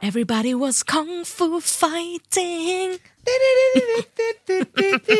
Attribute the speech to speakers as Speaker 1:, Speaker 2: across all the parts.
Speaker 1: Everybody was Kung Fu Fighting.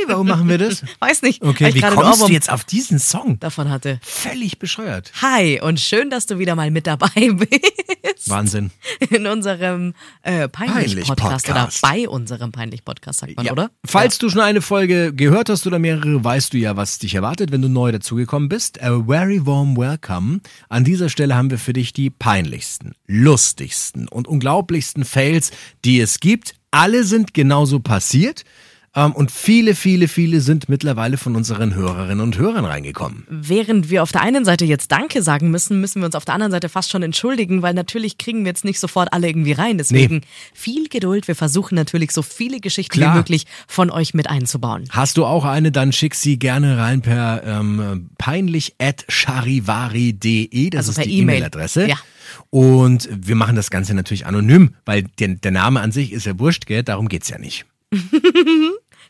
Speaker 2: Warum machen wir das?
Speaker 1: Weiß nicht. weil
Speaker 2: Okay,
Speaker 1: ich
Speaker 2: wie
Speaker 1: gerade
Speaker 2: kommst
Speaker 1: Ohrwurm
Speaker 2: du jetzt auf diesen Song?
Speaker 1: davon hatte.
Speaker 2: Völlig bescheuert.
Speaker 1: Hi und schön, dass du wieder mal mit dabei bist
Speaker 2: Wahnsinn.
Speaker 1: in unserem äh, peinlich Podcast oder
Speaker 2: Peinlich-Podcast.
Speaker 1: bei unserem peinlich Podcast sagt man,
Speaker 2: Ja.
Speaker 1: oder?
Speaker 2: Falls du schon eine Folge gehört hast oder mehrere, weißt du ja, was dich erwartet, wenn du neu dazugekommen bist. A very warm welcome. An dieser Stelle haben wir für dich die peinlichsten, lustigsten und unglaublichsten Fails, die es gibt. Alle sind genauso passiert. Ähm, Und viele, viele, viele sind mittlerweile von unseren Hörerinnen und Hörern reingekommen.
Speaker 1: Während wir auf der einen Seite jetzt Danke sagen müssen, müssen wir uns auf der anderen Seite fast schon entschuldigen, weil natürlich kriegen wir jetzt nicht sofort alle irgendwie rein. Deswegen viel Geduld. Wir versuchen natürlich so viele Geschichten
Speaker 2: Klar.
Speaker 1: wie möglich von euch mit einzubauen.
Speaker 2: Hast du auch eine, dann schick sie gerne rein per ähm, peinlich at charivari.de. Das
Speaker 1: Also
Speaker 2: ist
Speaker 1: per
Speaker 2: die
Speaker 1: E-Mail.
Speaker 2: E-Mail-Adresse.
Speaker 1: Ja.
Speaker 2: Und wir machen das Ganze natürlich anonym, weil der, der Name an sich ist ja wurscht, gell? darum geht's ja nicht.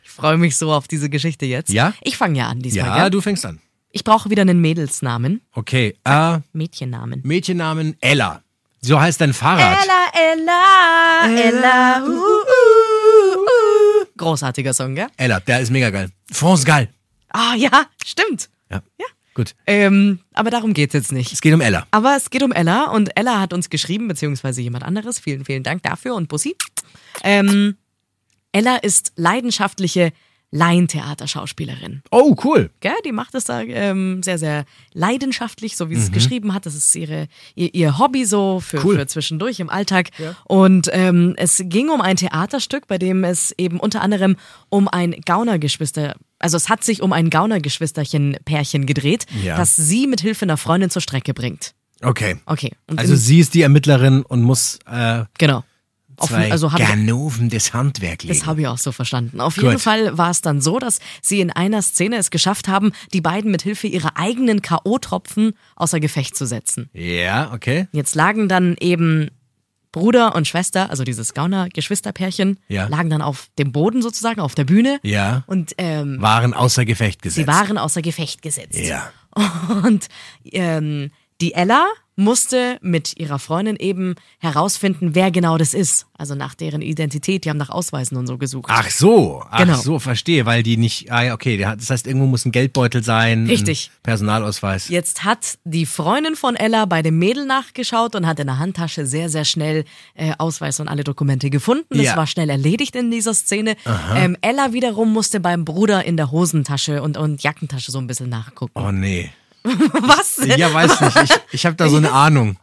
Speaker 1: Ich freue mich so auf diese Geschichte jetzt.
Speaker 2: Ja?
Speaker 1: Ich fange ja an diesmal.
Speaker 2: Ja,
Speaker 1: gell?
Speaker 2: du fängst an.
Speaker 1: Ich brauche wieder einen Mädelsnamen,
Speaker 2: Okay, äh,
Speaker 1: Mädchennamen.
Speaker 2: Mädchennamen Ella. So heißt dein Fahrrad.
Speaker 1: Ella, Ella, Ella, uh, uh, uh. Großartiger Song, gell?
Speaker 2: Ella, der ist mega geil. France geil.
Speaker 1: Ah ja, stimmt.
Speaker 2: Ja. ja. Gut.
Speaker 1: Ähm, aber darum geht's jetzt nicht.
Speaker 2: Es geht um Ella.
Speaker 1: Aber es geht um Ella und Ella hat uns geschrieben, beziehungsweise jemand anderes. Vielen, vielen Dank dafür und Bussi. Ähm, Ella ist leidenschaftliche Laientheaterschauspielerin.
Speaker 2: Oh, cool.
Speaker 1: Gell? Die macht es da ähm, sehr, sehr leidenschaftlich, so wie sie es geschrieben hat. Das ist ihre, ihr, ihr Hobby so für,
Speaker 2: Mhm. Cool.
Speaker 1: für zwischendurch im Alltag. Und ähm, es ging um ein Theaterstück, bei dem es eben unter anderem um ein Gaunergeschwister, also es hat sich um ein Gaunergeschwisterchen-Pärchen gedreht,
Speaker 2: Ja.
Speaker 1: das sie mit Hilfe einer Freundin zur Strecke bringt.
Speaker 2: Okay.
Speaker 1: Okay. Und
Speaker 2: Also
Speaker 1: in-
Speaker 2: sie ist die Ermittlerin und muss äh,
Speaker 1: genau. Auf-
Speaker 2: zwei
Speaker 1: also hab ich-
Speaker 2: Ganoven des Handwerk legen.
Speaker 1: Das habe ich auch so verstanden. Auf
Speaker 2: Gut.
Speaker 1: jeden Fall war es dann so, dass sie in einer Szene es geschafft haben, die beiden mit Hilfe ihrer eigenen K.O.-Tropfen außer Gefecht zu setzen.
Speaker 2: ja, okay.
Speaker 1: Jetzt lagen dann eben Bruder und Schwester, also dieses Gauner-Geschwisterpärchen,
Speaker 2: Ja.
Speaker 1: lagen dann auf dem Boden sozusagen, auf der Bühne.
Speaker 2: Ja.
Speaker 1: Und ähm,
Speaker 2: waren außer Gefecht gesetzt.
Speaker 1: sie waren außer Gefecht gesetzt.
Speaker 2: Ja.
Speaker 1: Und ähm, die Ella musste mit ihrer Freundin eben herausfinden, wer genau das ist. Also nach deren Identität. Die haben nach Ausweisen und so gesucht.
Speaker 2: Ach so, ach
Speaker 1: Genau.
Speaker 2: so, verstehe, weil die nicht, ah ja, okay, der hat- das heißt, irgendwo muss ein Geldbeutel sein,
Speaker 1: Richtig.
Speaker 2: ein Personalausweis.
Speaker 1: Jetzt hat die Freundin von Ella bei dem Mädel nachgeschaut und hat in der Handtasche sehr, sehr schnell äh, Ausweis und alle Dokumente gefunden. Das
Speaker 2: Ja.
Speaker 1: war schnell erledigt in dieser Szene. Ähm, Ella wiederum musste beim Bruder in der Hosentasche und, und Jackentasche so ein bisschen nachgucken.
Speaker 2: Oh nee.
Speaker 1: Was?
Speaker 2: Ja, weiß nicht, ich, ich habe da so eine Ahnung.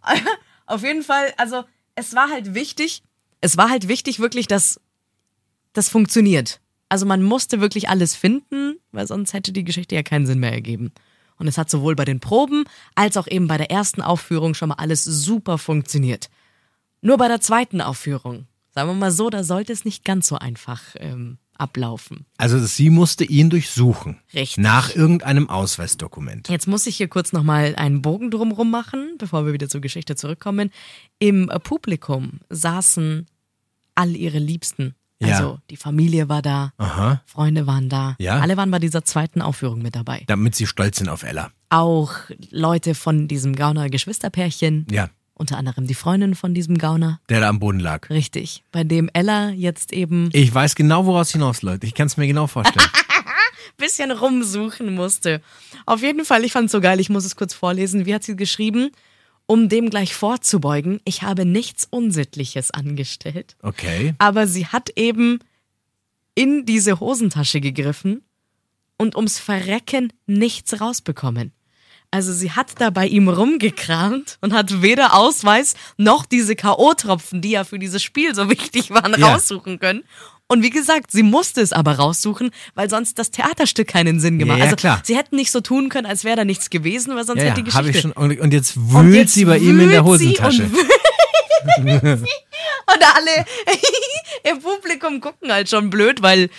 Speaker 1: Auf jeden Fall, also es war halt wichtig, es war halt wichtig wirklich, dass das funktioniert. Also man musste wirklich alles finden, weil sonst hätte die Geschichte ja keinen Sinn mehr ergeben. Und es hat sowohl bei den Proben als auch eben bei der ersten Aufführung schon mal alles super funktioniert. Nur bei der zweiten Aufführung, sagen wir mal so, da sollte es nicht ganz so einfach ähm, ablaufen.
Speaker 2: Also sie musste ihn durchsuchen.
Speaker 1: Richtig.
Speaker 2: Nach irgendeinem Ausweisdokument.
Speaker 1: Jetzt muss ich hier kurz nochmal einen Bogen drumrum machen, bevor wir wieder zur Geschichte zurückkommen. Im äh, Publikum saßen all ihre Liebsten.
Speaker 2: Ja.
Speaker 1: Also die Familie war da,
Speaker 2: Aha.
Speaker 1: Freunde waren da.
Speaker 2: Ja.
Speaker 1: Alle waren bei dieser zweiten Aufführung mit dabei.
Speaker 2: Damit sie stolz sind auf Ella.
Speaker 1: Auch Leute von diesem Gauner Geschwisterpärchen.
Speaker 2: Ja,
Speaker 1: Unter anderem die Freundin von diesem Gauner.
Speaker 2: der da am Boden lag.
Speaker 1: Richtig. Bei dem Ella jetzt eben
Speaker 2: Ich weiß genau, woraus hinaus, Leute. Ich kann es mir genau vorstellen.
Speaker 1: bisschen rumsuchen musste. Auf jeden Fall, ich fand's so geil, ich muss es kurz vorlesen. Wie hat sie geschrieben? Um dem gleich vorzubeugen, ich habe nichts Unsittliches angestellt.
Speaker 2: Okay.
Speaker 1: Aber sie hat eben in diese Hosentasche gegriffen und ums Verrecken nichts rausbekommen. Also sie hat da bei ihm rumgekramt und hat weder Ausweis noch diese K.O.-Tropfen, die ja für dieses Spiel so wichtig waren,
Speaker 2: Ja.
Speaker 1: raussuchen können. Und wie gesagt, sie musste es aber raussuchen, weil sonst das Theaterstück keinen Sinn gemacht.
Speaker 2: Ja, ja,
Speaker 1: also
Speaker 2: klar.
Speaker 1: sie hätten nicht so tun können, als wäre da nichts gewesen, weil sonst
Speaker 2: Ja,
Speaker 1: hätte die
Speaker 2: ja, hab
Speaker 1: Geschichte
Speaker 2: ich schon. Und, und jetzt
Speaker 1: und
Speaker 2: wühlt
Speaker 1: jetzt
Speaker 2: sie bei ihm in der
Speaker 1: wühlt sie
Speaker 2: Hosentasche.
Speaker 1: und wühlt Und alle im Publikum gucken halt schon blöd, weil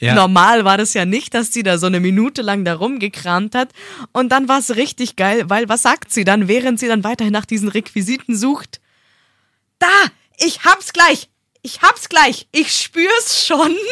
Speaker 2: Ja.
Speaker 1: normal war das ja nicht, dass sie da so eine Minute lang da rumgekramt hat. Und dann war es richtig geil, weil was sagt sie dann, während sie dann weiterhin nach diesen Requisiten sucht? Da! Ich hab's gleich! Ich hab's gleich! Ich spür's schon!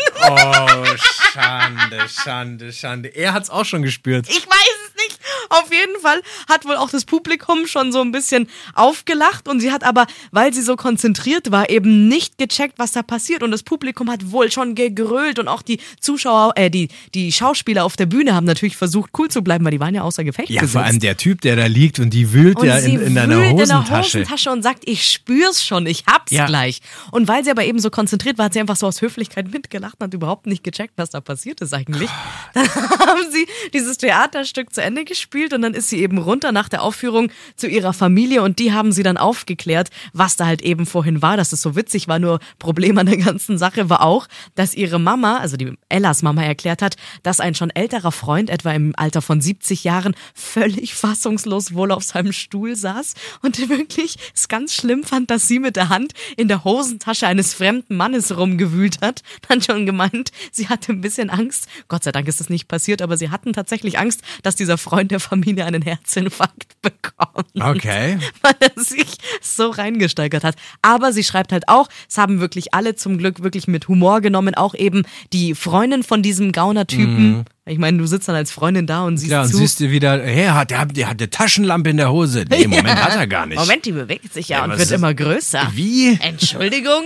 Speaker 2: Oh, Schande, Schande, Schande. Er hat's auch schon gespürt.
Speaker 1: Ich weiß es nicht. Auf jeden Fall hat wohl auch das Publikum schon so ein bisschen aufgelacht und sie hat aber, weil sie so konzentriert war, eben nicht gecheckt, was da passiert und das Publikum hat wohl schon gegrölt und auch die Zuschauer, äh, die, die Schauspieler auf der Bühne haben natürlich versucht, cool zu bleiben, weil die waren ja außer Gefecht
Speaker 2: Ja,
Speaker 1: gesetzt.
Speaker 2: vor allem der Typ, der da liegt und die wühlt
Speaker 1: und
Speaker 2: ja
Speaker 1: sie
Speaker 2: in, in deiner
Speaker 1: wühlt in der
Speaker 2: Hosentasche.
Speaker 1: Hosentasche und sagt, ich spür's schon, ich hab's
Speaker 2: Ja.
Speaker 1: gleich. Und weil sie aber eben so konzentriert war, hat sie einfach so aus Höflichkeit mitgelacht und hat überhaupt nicht gecheckt, was da passiert ist eigentlich. Dann haben sie dieses Theaterstück zu Ende gespielt und dann ist sie eben runter nach der Aufführung zu ihrer Familie und die haben sie dann aufgeklärt, was da halt eben vorhin war, dass es so witzig war. Nur Problem an der ganzen Sache war auch, dass ihre Mama, also die Ellas Mama erklärt hat, dass ein schon älterer Freund, etwa im Alter von 70 Jahren, völlig fassungslos wohl auf seinem Stuhl saß und wirklich es ganz schlimm fand, dass sie mit der Hand in der Hosentasche eines fremden Mannes rumgewühlt hat. Dann schon gemeint, sie hatte ein bisschen Angst. Gott sei Dank ist das nicht passiert, aber sie hatten tatsächlich Angst, dass dieser Freund der Familie einen Herzinfarkt bekommt
Speaker 2: Okay.
Speaker 1: weil er sich so reingesteigert hat. Aber sie schreibt halt auch, es haben wirklich alle zum Glück wirklich mit Humor genommen, auch eben die Freundin von diesem Gauner-Typen. Ich meine, du sitzt dann als Freundin da und siehst
Speaker 2: Mhm. Ja, und
Speaker 1: zu.
Speaker 2: siehst du wieder, hey, er hat, der, hat- der hat eine Taschenlampe in der Hose. Nee, im Moment hat er gar nicht.
Speaker 1: Moment, die bewegt sich ja,
Speaker 2: Ja,
Speaker 1: und
Speaker 2: was
Speaker 1: wird
Speaker 2: ist-
Speaker 1: immer größer.
Speaker 2: Wie?
Speaker 1: Entschuldigung.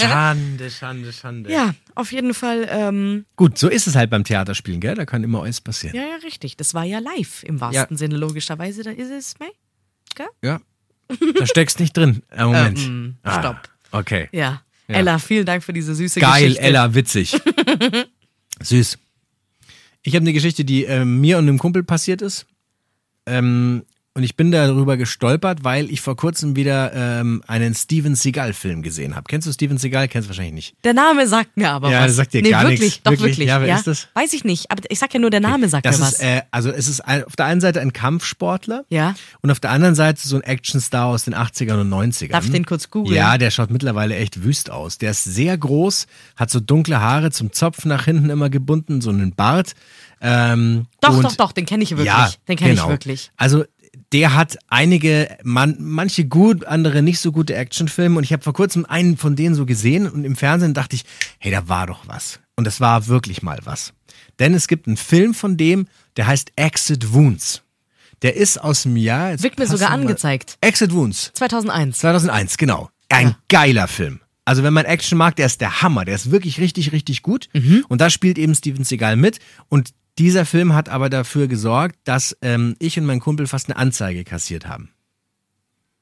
Speaker 2: Schande, Schande, Schande.
Speaker 1: ja, auf jeden Fall, ähm,
Speaker 2: Gut, so ist es halt beim Theaterspielen, gell? Da kann immer alles passieren.
Speaker 1: ja, ja, richtig. Das war ja live im wahrsten Sinne, logischerweise. Da ist es, mei?
Speaker 2: Ja. Da steckst nicht drin. Äh, Moment.
Speaker 1: Ähm,
Speaker 2: Ah,
Speaker 1: stopp.
Speaker 2: Okay.
Speaker 1: Ja. Ella, vielen Dank für diese süße
Speaker 2: Geil,
Speaker 1: Geschichte.
Speaker 2: Ella, witzig. Süß. Ich habe eine Geschichte, die äh, mir und einem Kumpel passiert ist. Ähm, und ich bin darüber gestolpert, weil ich vor kurzem wieder ähm, einen Steven Seagal-Film gesehen habe. Kennst du Steven Seagal? Kennst du wahrscheinlich nicht.
Speaker 1: Der Name sagt mir aber
Speaker 2: Ja,
Speaker 1: was.
Speaker 2: das sagt dir
Speaker 1: nee,
Speaker 2: gar
Speaker 1: wirklich,
Speaker 2: nichts.
Speaker 1: Doch,
Speaker 2: Wirklich?
Speaker 1: wirklich.
Speaker 2: Ja, wer ist das?
Speaker 1: Weiß ich nicht, aber ich sag ja nur, der Name sagt
Speaker 2: Das
Speaker 1: mir
Speaker 2: ist,
Speaker 1: was.
Speaker 2: äh, also es ist ein, auf der einen Seite ein Kampfsportler
Speaker 1: Ja.
Speaker 2: und auf der anderen Seite so ein Actionstar aus den 80ern und 90ern.
Speaker 1: Darf ich den kurz googeln?
Speaker 2: Ja, der schaut mittlerweile echt wüst aus. Der ist sehr groß, hat so dunkle Haare zum Zopf nach hinten immer gebunden, so einen Bart. Ähm,
Speaker 1: doch,
Speaker 2: und
Speaker 1: doch, doch, den kenne ich wirklich.
Speaker 2: Ja,
Speaker 1: den kenne
Speaker 2: genau.
Speaker 1: ich wirklich.
Speaker 2: Also der hat einige, man, manche gut, andere nicht so gute Actionfilme und ich habe vor kurzem einen von denen so gesehen und im Fernsehen dachte ich, hey, da war doch was. Und das war wirklich mal was. Denn es gibt einen Film von dem, der heißt Exit Wounds. Der ist aus dem Jahr. jetzt
Speaker 1: Wird mir sogar
Speaker 2: passen wir-
Speaker 1: angezeigt.
Speaker 2: Exit Wounds.
Speaker 1: 2001.
Speaker 2: 2001, genau. Ein geiler Film. Also wenn man Action mag, der ist der Hammer. Der ist wirklich richtig, richtig gut. Und da spielt eben Steven Seagal mit. Und dieser Film hat aber dafür gesorgt, dass ähm, ich und mein Kumpel fast eine Anzeige kassiert haben.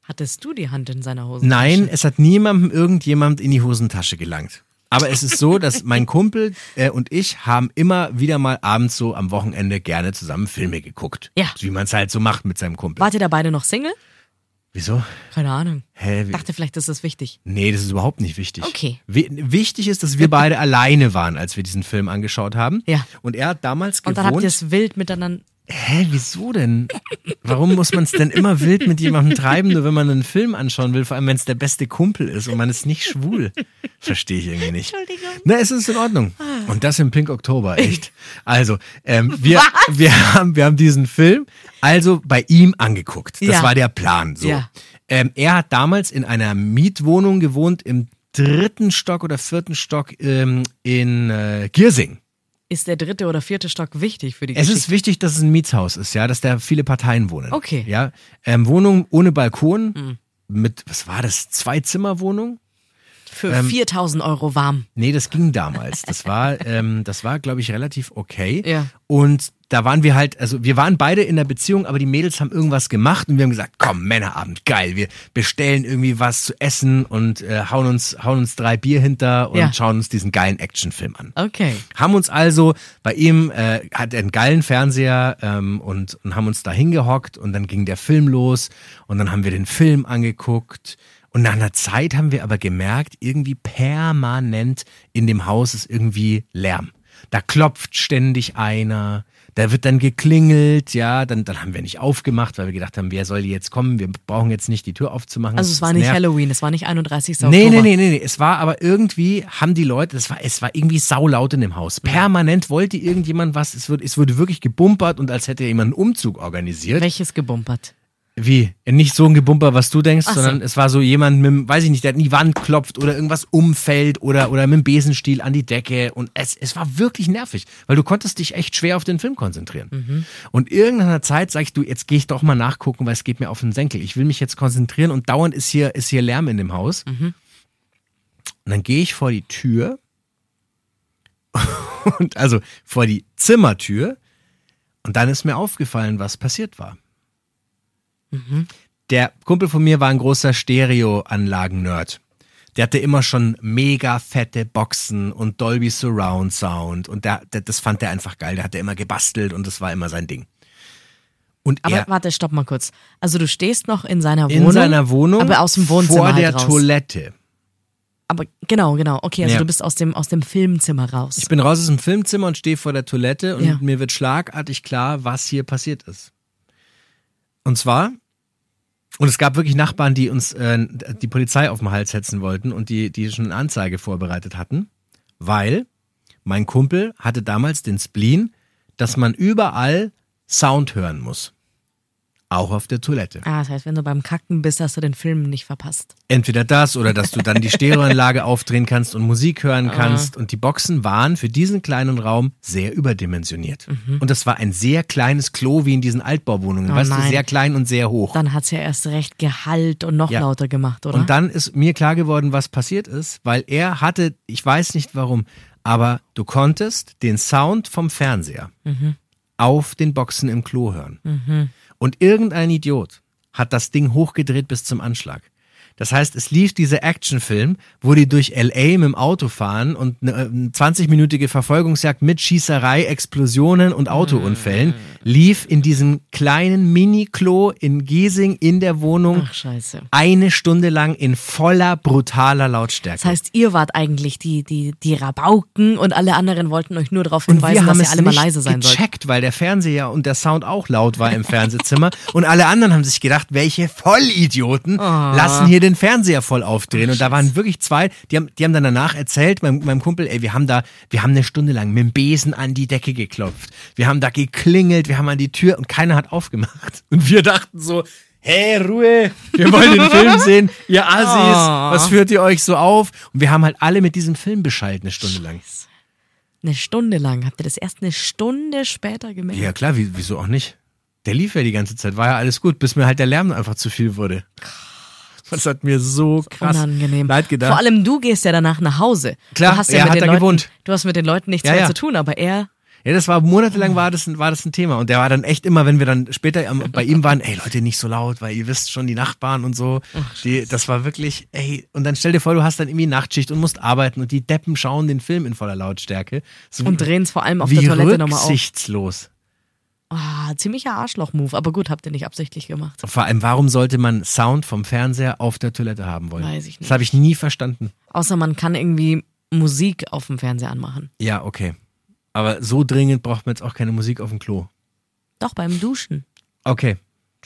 Speaker 1: Hattest du die Hand in seiner Hose?
Speaker 2: Nein, es hat niemandem irgendjemand in die Hosentasche gelangt. Aber es ist so, dass mein Kumpel äh, und ich haben immer wieder mal abends so am Wochenende gerne zusammen Filme geguckt.
Speaker 1: Ja.
Speaker 2: Wie man es halt so macht mit seinem Kumpel.
Speaker 1: Wart ihr da beide noch Single?
Speaker 2: Wieso?
Speaker 1: Keine Ahnung.
Speaker 2: Hä, wie-
Speaker 1: Dachte, vielleicht ist das wichtig.
Speaker 2: Nee, das ist überhaupt nicht wichtig.
Speaker 1: Okay.
Speaker 2: Wi- wichtig ist, dass wir beide alleine waren, als wir diesen Film angeschaut haben.
Speaker 1: Ja.
Speaker 2: Und er hat damals
Speaker 1: Und
Speaker 2: gewohnt.
Speaker 1: dann habt ihr es wild miteinander.
Speaker 2: Hä, wieso denn? Warum muss man es denn immer wild mit jemandem treiben, nur wenn man einen Film anschauen will, vor allem wenn es der beste Kumpel ist und man ist nicht schwul? Verstehe ich irgendwie nicht. Entschuldigung. Na, es ist in Ordnung.
Speaker 1: Ah.
Speaker 2: Und das im Pink Oktober, echt. Also, ähm, wir, wir, haben, wir haben diesen Film also bei ihm angeguckt. Das
Speaker 1: Ja.
Speaker 2: war der Plan. So.
Speaker 1: Ja.
Speaker 2: Ähm, er hat damals in einer Mietwohnung gewohnt im dritten Stock oder vierten Stock ähm, in äh, Giersing.
Speaker 1: Ist der dritte oder vierte Stock wichtig für die
Speaker 2: Es
Speaker 1: Geschichte?
Speaker 2: ist wichtig, dass es ein Mietshaus ist, ja, dass da viele Parteien wohnen.
Speaker 1: Okay. Hm.
Speaker 2: Ja, ähm, Wohnung ohne Balkon mit, was war das, Zwei-Zimmer-Wohnung?
Speaker 1: für
Speaker 2: ähm,
Speaker 1: 4000 Euro warm.
Speaker 2: Nee, das ging damals. Das war, ähm, das war, glaube ich, relativ okay.
Speaker 1: Ja.
Speaker 2: Und da waren wir halt, also wir waren beide in der Beziehung, aber die Mädels haben irgendwas gemacht und wir haben gesagt, komm, Männerabend, geil, wir bestellen irgendwie was zu essen und äh, hauen, uns, hauen uns drei Bier hinter und
Speaker 1: Ja.
Speaker 2: schauen uns diesen geilen Actionfilm an.
Speaker 1: Okay.
Speaker 2: Haben uns also bei ihm, äh, hat er einen geilen Fernseher ähm, und, und haben uns da hingehockt und dann ging der Film los und dann haben wir den Film angeguckt. Und nach einer Zeit haben wir aber gemerkt, irgendwie permanent in dem Haus ist irgendwie Lärm. Da klopft ständig einer, Da wird dann geklingelt, ja, dann, dann haben wir nicht aufgemacht, weil wir gedacht haben, wer soll jetzt kommen? Wir brauchen jetzt nicht die Tür aufzumachen.
Speaker 1: Also es war
Speaker 2: Das
Speaker 1: nicht
Speaker 2: nervt.
Speaker 1: Halloween, es war nicht 31.
Speaker 2: Nee, nee,
Speaker 1: Oktober.
Speaker 2: nee, nee, nee. Es war aber irgendwie, haben die Leute, es war, es war irgendwie saulaut in dem Haus. Permanent wollte irgendjemand was. Es wurde, es wurde wirklich gebumpert und als hätte jemand einen Umzug organisiert.
Speaker 1: Welches gebumpert?
Speaker 2: Wie? Nicht so ein Gebumper, was du denkst,
Speaker 1: Ach so.
Speaker 2: sondern es war so jemand mit, dem- weiß ich nicht, der an die Wand klopft oder irgendwas umfällt oder, oder mit dem Besenstiel an die Decke. Und es, es war wirklich nervig, weil du konntest dich echt schwer auf den Film konzentrieren.
Speaker 1: Mhm.
Speaker 2: Und irgendeiner Zeit sagst du, jetzt gehe ich doch mal nachgucken, weil es geht mir auf den Senkel. Ich will mich jetzt konzentrieren und dauernd ist hier, ist hier Lärm in dem Haus. Und dann gehe ich vor die Tür und also vor die Zimmertür und dann ist mir aufgefallen, was passiert war.
Speaker 1: Mhm.
Speaker 2: Der Kumpel von mir war ein großer Stereoanlagen-Nerd. Der hatte immer schon mega fette Boxen und Dolby Surround Sound und der, der, das fand er einfach geil. Der hat er immer gebastelt und das war immer sein Ding. Und
Speaker 1: Aber
Speaker 2: er
Speaker 1: warte, stopp mal kurz. Also du stehst noch in seiner
Speaker 2: in
Speaker 1: Wohnung.
Speaker 2: seiner Wohnung
Speaker 1: Aber aus dem Wohnzimmer
Speaker 2: vor der
Speaker 1: halt raus.
Speaker 2: Toilette.
Speaker 1: Aber genau, genau. Okay, also
Speaker 2: Ja.
Speaker 1: du bist aus dem, aus dem Filmzimmer raus.
Speaker 2: Ich bin raus aus dem Filmzimmer und stehe vor der Toilette und
Speaker 1: Ja.
Speaker 2: mir wird schlagartig klar, was hier passiert ist. Und zwar, und es gab wirklich Nachbarn, die uns äh, die Polizei auf den Hals setzen wollten und die, die schon eine Anzeige vorbereitet hatten, weil mein Kumpel hatte damals den Spleen, dass man überall Sound hören muss. Auch auf der Toilette.
Speaker 1: ah, das heißt, wenn du beim Kacken bist, hast du den Film nicht verpasst.
Speaker 2: Entweder das oder dass du dann die Stereoanlage aufdrehen kannst und Musik hören
Speaker 1: Ah.
Speaker 2: kannst. Und die Boxen waren für diesen kleinen Raum sehr überdimensioniert. Und das war ein sehr kleines Klo wie in diesen Altbauwohnungen.
Speaker 1: Mhm. Oh
Speaker 2: weißt du,
Speaker 1: nein.
Speaker 2: sehr klein und sehr hoch.
Speaker 1: Dann hat's ja erst recht Gehalt und noch
Speaker 2: Ja.
Speaker 1: lauter gemacht, oder?
Speaker 2: Und dann ist mir klar geworden, was passiert ist, weil er hatte, ich weiß nicht warum, aber du konntest den Sound vom Fernseher
Speaker 1: Mhm.
Speaker 2: auf den Boxen im Klo hören. Und irgendein Idiot hat das Ding hochgedreht bis zum Anschlag. Das heißt, es lief dieser Actionfilm, wo die durch LA mit dem Auto fahren und eine äh, 20-minütige Verfolgungsjagd mit Schießerei, Explosionen und
Speaker 1: Mhm.
Speaker 2: Autounfällen lief in diesem kleinen Mini-Klo in Giesing in der Wohnung
Speaker 1: Ach, scheiße.
Speaker 2: eine Stunde lang in voller brutaler Lautstärke.
Speaker 1: Das heißt, ihr wart eigentlich die, die, die Rabauken und alle anderen wollten euch nur darauf
Speaker 2: und
Speaker 1: hinweisen,
Speaker 2: wir haben
Speaker 1: dass ihr
Speaker 2: es
Speaker 1: alle mal
Speaker 2: nicht
Speaker 1: leise sein sollt.
Speaker 2: gecheckt, weil der Fernseher und der Sound auch laut war im Fernsehzimmer und alle anderen haben sich gedacht, welche Vollidioten
Speaker 1: Ah.
Speaker 2: lassen hier den Fernseher voll aufdrehen und da waren wirklich zwei, die haben, die haben dann danach erzählt, meinem, meinem Kumpel, ey, wir haben da, wir haben eine Stunde lang mit dem Besen an die Decke geklopft, wir haben da geklingelt, wir haben an die Tür und keiner hat aufgemacht und wir dachten so, hey, Ruhe, wir wollen den Film sehen, ihr Assis,
Speaker 1: Ah.
Speaker 2: was führt ihr euch so auf? Und wir haben halt alle mit diesem Film beschallt eine Stunde lang.
Speaker 1: Eine Stunde lang. Habt ihr das erst eine Stunde später gemerkt?
Speaker 2: Ja, klar, wie, wieso auch nicht? Der lief ja die ganze Zeit, war ja alles gut, bis mir halt der Lärm einfach zu viel wurde. Das hat mir so krass
Speaker 1: Unangenehm.
Speaker 2: leid gedacht.
Speaker 1: Vor allem du gehst ja danach nach Hause.
Speaker 2: Klar,
Speaker 1: du hast
Speaker 2: er
Speaker 1: ja mit
Speaker 2: hat
Speaker 1: den
Speaker 2: da
Speaker 1: Leuten,
Speaker 2: gewohnt.
Speaker 1: Du hast mit den Leuten nichts
Speaker 2: Ja,
Speaker 1: mehr
Speaker 2: ja.
Speaker 1: zu tun, aber er
Speaker 2: ja, das war monatelang war das, ein- war das ein Thema. Und der war dann echt immer, wenn wir dann später am- bei ihm waren, ey Leute, nicht so laut, weil ihr wisst schon, die Nachbarn und so. Die, das war wirklich, ey, und dann stell dir vor, du hast dann irgendwie Nachtschicht und musst arbeiten und die Deppen schauen den Film in voller Lautstärke. So
Speaker 1: und drehen es vor allem auf
Speaker 2: wie
Speaker 1: der Toilette nochmal auf.
Speaker 2: rücksichtslos.
Speaker 1: Ah, ziemlicher Arschloch-Move, aber gut, habt ihr nicht absichtlich gemacht.
Speaker 2: Vor allem, warum sollte man Sound vom Fernseher auf der Toilette haben wollen?
Speaker 1: Weiß ich nicht.
Speaker 2: Das habe ich nie verstanden.
Speaker 1: Außer man kann irgendwie Musik auf dem Fernseher anmachen.
Speaker 2: Ja, okay. Aber so dringend braucht man jetzt auch keine Musik auf dem Klo.
Speaker 1: Doch, beim Duschen.
Speaker 2: Okay.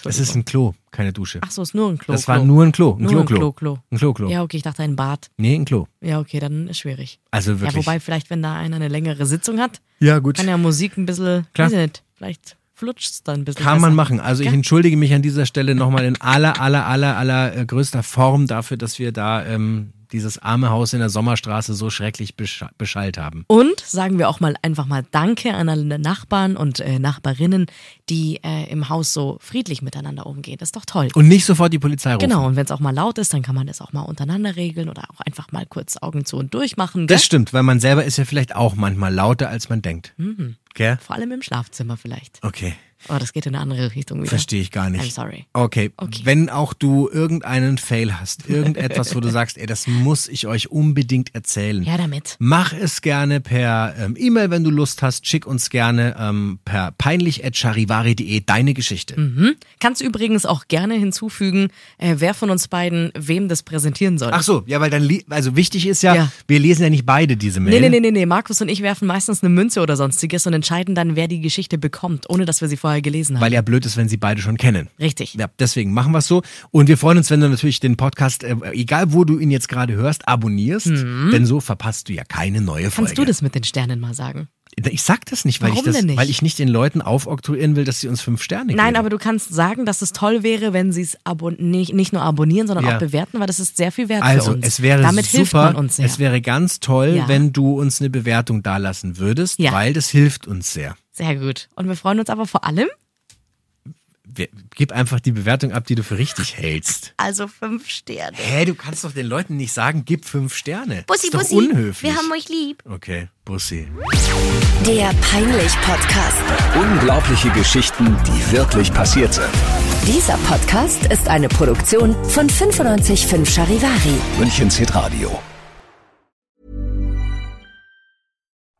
Speaker 2: Es ist ein Klo, keine Dusche.
Speaker 1: Ach so, ist nur ein Klo.
Speaker 2: das war
Speaker 1: Klo.
Speaker 2: nur ein Klo. Ein
Speaker 1: Nur ein
Speaker 2: Klo-Klo.
Speaker 1: Klo-Klo.
Speaker 2: Ein Klo-Klo.
Speaker 1: Ja, okay, ich dachte ein Bad.
Speaker 2: Nee, ein Klo.
Speaker 1: Ja, okay, dann ist schwierig.
Speaker 2: Also wirklich.
Speaker 1: Ja, wobei vielleicht, wenn da einer eine längere Sitzung hat,
Speaker 2: Ja, gut.
Speaker 1: kann ja Musik ein bisschen,
Speaker 2: Klar.
Speaker 1: weiß ich nicht, vielleicht flutscht es dann ein bisschen.
Speaker 2: Kann man
Speaker 1: besser.
Speaker 2: machen. Also ich
Speaker 1: Ja.
Speaker 2: entschuldige mich an dieser Stelle nochmal in aller, aller, aller, aller äh, größter Form dafür, dass wir da ähm, dieses arme Haus in der Sommerstraße so schrecklich bescha- beschallt haben.
Speaker 1: Und sagen wir auch mal einfach mal Danke an alle Nachbarn und äh, Nachbarinnen, die äh, im Haus so friedlich miteinander umgehen. Das ist doch toll.
Speaker 2: Und nicht sofort die Polizei rufen.
Speaker 1: genau, und wenn es auch mal laut ist, dann kann man das auch mal untereinander regeln oder auch einfach mal kurz Augen zu und durch machen. Gell?
Speaker 2: Das stimmt, weil man selber ist ja vielleicht auch manchmal lauter, als man denkt. Mhm. Gell?
Speaker 1: Vor allem im Schlafzimmer vielleicht.
Speaker 2: Okay.
Speaker 1: Oh, das geht in eine andere Richtung wieder.
Speaker 2: Verstehe ich gar nicht.
Speaker 1: I'm sorry.
Speaker 2: Okay. Wenn auch du irgendeinen Fail hast, irgendetwas, wo du sagst, ey, das muss ich euch unbedingt erzählen.
Speaker 1: Ja, damit.
Speaker 2: Mach es gerne per ähm, E-Mail, wenn du Lust hast. Schick uns gerne ähm, per peinlich.charivari.de deine Geschichte.
Speaker 1: Mhm. Kannst du übrigens auch gerne hinzufügen, äh, wer von uns beiden wem das präsentieren soll.
Speaker 2: Ach so, ja, weil dann, li- also wichtig ist ja,
Speaker 1: Ja.
Speaker 2: wir lesen ja nicht beide diese Mail.
Speaker 1: Nee, nee, nee, nee, nee. Markus und ich werfen meistens eine Münze oder sonstiges und entscheiden dann, wer die Geschichte bekommt, ohne dass wir sie vorher gelesen haben.
Speaker 2: Weil ja blöd ist, wenn sie beide schon kennen.
Speaker 1: Richtig.
Speaker 2: Ja, deswegen machen wir es so. Und wir freuen uns, wenn du natürlich den Podcast, äh, egal wo du ihn jetzt gerade hörst, abonnierst, denn so verpasst du ja keine neue Folge.
Speaker 1: Mhm. Kannst du das mit den Sternen mal sagen?
Speaker 2: Ich sag das nicht, weil, ich,
Speaker 1: Warum
Speaker 2: das,
Speaker 1: denn nicht?
Speaker 2: weil ich nicht den Leuten aufoktroyieren will, dass sie uns fünf Sterne geben.
Speaker 1: Nein, aber du kannst sagen, dass es toll wäre, wenn sie es abon- nicht, nicht nur abonnieren, sondern
Speaker 2: Ja.
Speaker 1: auch bewerten, weil das ist sehr viel wert für
Speaker 2: Also,
Speaker 1: uns.
Speaker 2: es wäre
Speaker 1: Damit
Speaker 2: super,
Speaker 1: hilft man uns sehr.
Speaker 2: es wäre ganz toll,
Speaker 1: Ja.
Speaker 2: wenn du uns eine Bewertung dalassen würdest,
Speaker 1: Ja.
Speaker 2: weil das hilft uns sehr.
Speaker 1: sehr gut. Und wir freuen uns aber vor allem,
Speaker 2: Wir, gib einfach die Bewertung ab, die du für richtig hältst.
Speaker 1: also fünf Sterne.
Speaker 2: Hä, du kannst doch den Leuten nicht sagen, gib fünf Sterne.
Speaker 3: Bussi,
Speaker 2: ist doch
Speaker 3: Bussi.
Speaker 2: unhöflich.
Speaker 3: Wir haben euch lieb.
Speaker 2: okay, Bussi.
Speaker 3: Der Peinlich-Podcast.
Speaker 4: Unglaubliche Geschichten, die wirklich passiert sind.
Speaker 5: Dieser Podcast ist eine Produktion von 955 Charivari.
Speaker 4: Münchens Hitradio.